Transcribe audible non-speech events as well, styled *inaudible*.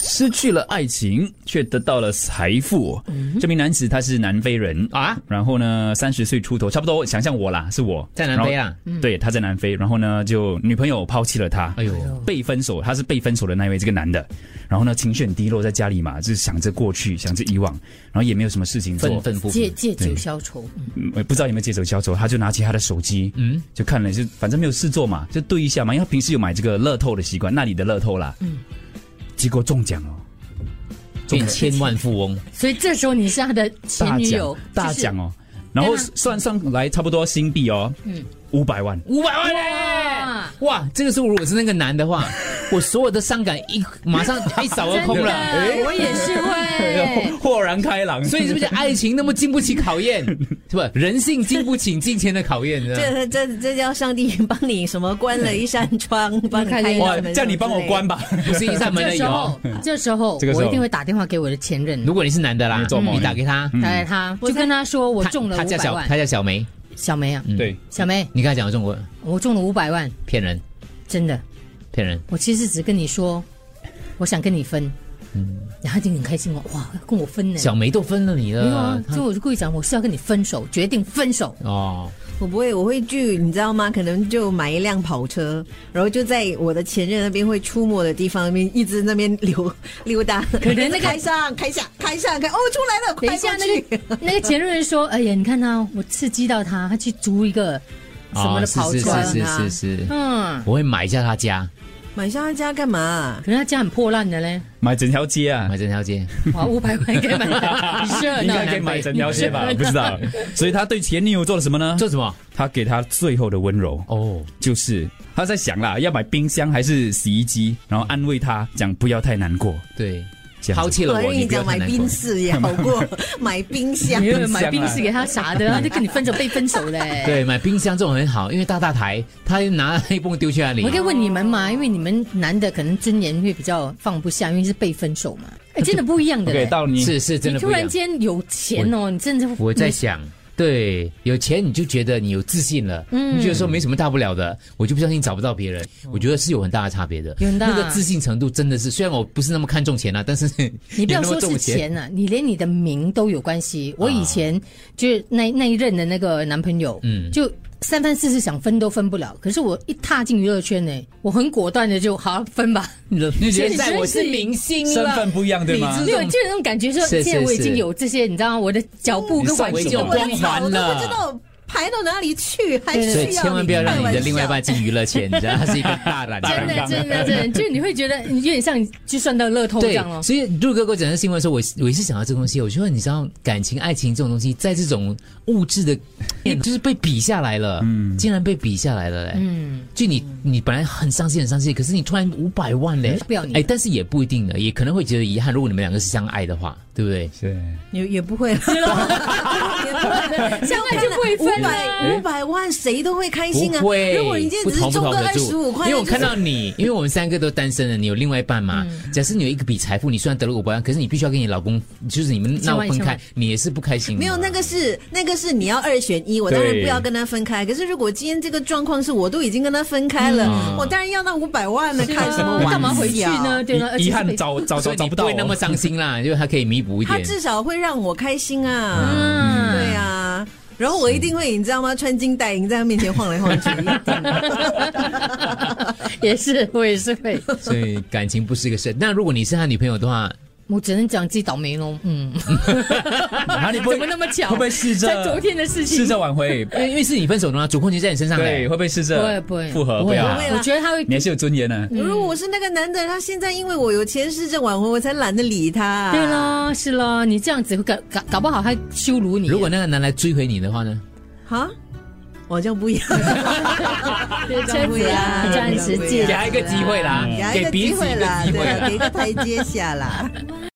失去了爱情，却得到了财富。这名男子他是南非人，嗯啊，然后呢，三十岁出头，差不多想象我啦，是我在南非啊。啊，对，他在南非，然后呢，就女朋友抛弃了他，哎呦，被分手，他是被分手的那一位这个男的，然后呢，情绪很低落，在家里嘛，就是想着过去，想着以往，然后也没有什么事情做愤，愤不借平，借酒消愁，嗯不知道有没有借酒消愁，他就拿起他的手机，嗯，就看了，就反正没有事做嘛，就对一下嘛，因为他平时有买这个乐透的习惯，那里的乐透啦，嗯，结果中奖哦，变千万富翁，所以这时候你是他的前大女奖友，大就是奖哦，然后对啊算上来差不多新币哦，嗯，五百万，五百哦万哇啊嘞！哇，这个时候如果是那个男的 *laughs* 话，我所有的伤感一马上一扫而空真的了。，哎我也是 *laughs* 会。豁然开朗，所以是不是爱情那么经不起考验？ *laughs* 是吧？人性经不起金钱的考验，你知道吗？这这这叫上帝帮你什么关了一扇 *laughs* 窗，帮你看开见一哇扇，门叫你帮我关吧。吧，不是一扇门而这已时哦。候，这时候嗯这个时我候一定会打电话给我的前任，如果你是男的啦，你做梦你打给他，嗯打给他，就跟他说嗯我嗯他中了他五叫百小，万他。嗯叫小梅。小梅啊， *laughs* 对，小梅，你刚才讲的中国我中了五百万，骗人，真的。骗人。我其实只跟你说，我想跟你分，然后他就很开心哦，哇，要跟我分呢。嗯小呃梅都分了你没有啊了，，她所以我就故意讲我是要跟你分手，决定分手。哦，我不会，我会去，你知道吗？可能就买一辆跑车，然后就在我的前任那边会出没的地方那边一直那边溜 *laughs* 溜达。可能那个开上开下开上开哦出来了，等快一下，过那去个那个前任人说：“哎呀，你看他，我刺激到他，他去租一个什么哦的是跑是车，是是是是，嗯，我会买一下他家，买下他家干嘛？可是他家很破烂的嘞，买整条街啊，买这条街。哇，五百块给买，你热应 *laughs* 闹该可以买整条街吧？不知道，所以他对前女友做了什么 *laughs* 呢？做什么？他给他最后的温柔，哦，就是他在想啦，要买冰箱还是洗衣机，然后安慰他，讲不要太难过。对，这样抛子弃了我我，跟你你不要讲，太买难冰过。室也好过买冰 *laughs* 箱你。冰又箱啊买冰室给他啥的，他就跟你分手被分手嘞。，对，买冰箱这种很好，因为大大台，他就拿黑泵丢去那里我。可以问你们嘛，因为你们男的可能尊严会比较放不下，因为是被分手嘛。 *laughs* 哎，真的不一样的嘞。 OK，到你是是，真你的突不一然样。间嗯有钱哦，你真的我在想，对，有钱你就觉得你有自信了，嗯你觉得说没什么大不了的，我就不相信找不到别人。我觉得是有很大的差别的，有很大啊那个自信程度真的是，虽然我不是那么看重钱啊，但是你不 *laughs* 有要那说么是重钱，钱啊，你连你的名都有关系。我以前就是那那一任的那个男朋友，嗯就三番四次想分都分不了。可是我一踏进娱乐圈呢，我很果断的就好 *laughs* 分吧。你就觉其得实 *laughs* 在我是是明星了，身啊份不一样，对吗你？没这有，种就是那种感觉说，是是现在我已是经有这些，你知道，我的脚步跟上环围境就有我的光环脚都了不知道排到哪里去，还需所要以千万不要让你开的玩另外一笑半进娱乐圈，你知道他是一个大染缸真的，真的，*laughs* 真的，就你会觉得有点像就算到乐透这对样，哦。所以陆哥给我讲这新闻的时候，我我也是想到这个东西。我觉得你知道，感情、爱情这种东西，在这种物质 *laughs* 的，就是被比下来了，嗯，竟然被比下来了嘞，嗯，就你你本来很伤心很伤心，可是你突然五百万嘞，不要你哎，但是也不一定的，也可能会觉得遗憾。如果你们两个是相爱的话，对不对？是也也不 *laughs* 会了，也不会相爱就不会分啊五了百五百万谁都会开心啊！不会，如果你今天不只是同不中同个的二住十五块，因为我那就是嗯看到你，因为我们三个都单身了，你有另外一半嘛？假设你有一个笔财富，你虽然得了五百万，可是你必须要跟你老公，就是你们千闹万分千开万，你也是不开心的嘛。没有那个是那个是你要二选一，我当然对不要跟他分开。可是如果今天这个状况是我都已经跟他分开了，嗯我当然要那五百万了，是开什么啊玩笑？干嘛回去呢？对了，而遗且是遗憾被找找找所以哦找你不不到会我，那么伤心啦，因为他可以弥补一他点。至少会让我开心啊，嗯对啊。然后我一定会，你知道吗？穿金戴银在他面前晃来晃去，*laughs* 一定啊嗯也是，我也是会，所以感情不是一个事。那如果你是他女朋友的话，我只能讲自己倒霉喽。嗯，哪里不会怎么那么巧？会不会试着在昨天的事情试着挽回？ *laughs* 因为因为是你分手的嘛，主控权在你身上嘞对，。会不会试着不会不会复合？不会要啊啊，会我啦。觉得他会你还是有尊严啊的。如果我是那个男的，他现在因为我有钱施政挽回，我才懒得理啊他。对咯，是咯，你这样子会搞搞搞不好还羞辱你。啊如果那个男来追回你的话呢？啊，我就不一样。对这样不子呀啊，暂时不呀戒给他一个机会啦给，他啊嗯一给个彼机此会一个啦，机会对，啦给。一个台阶下啦。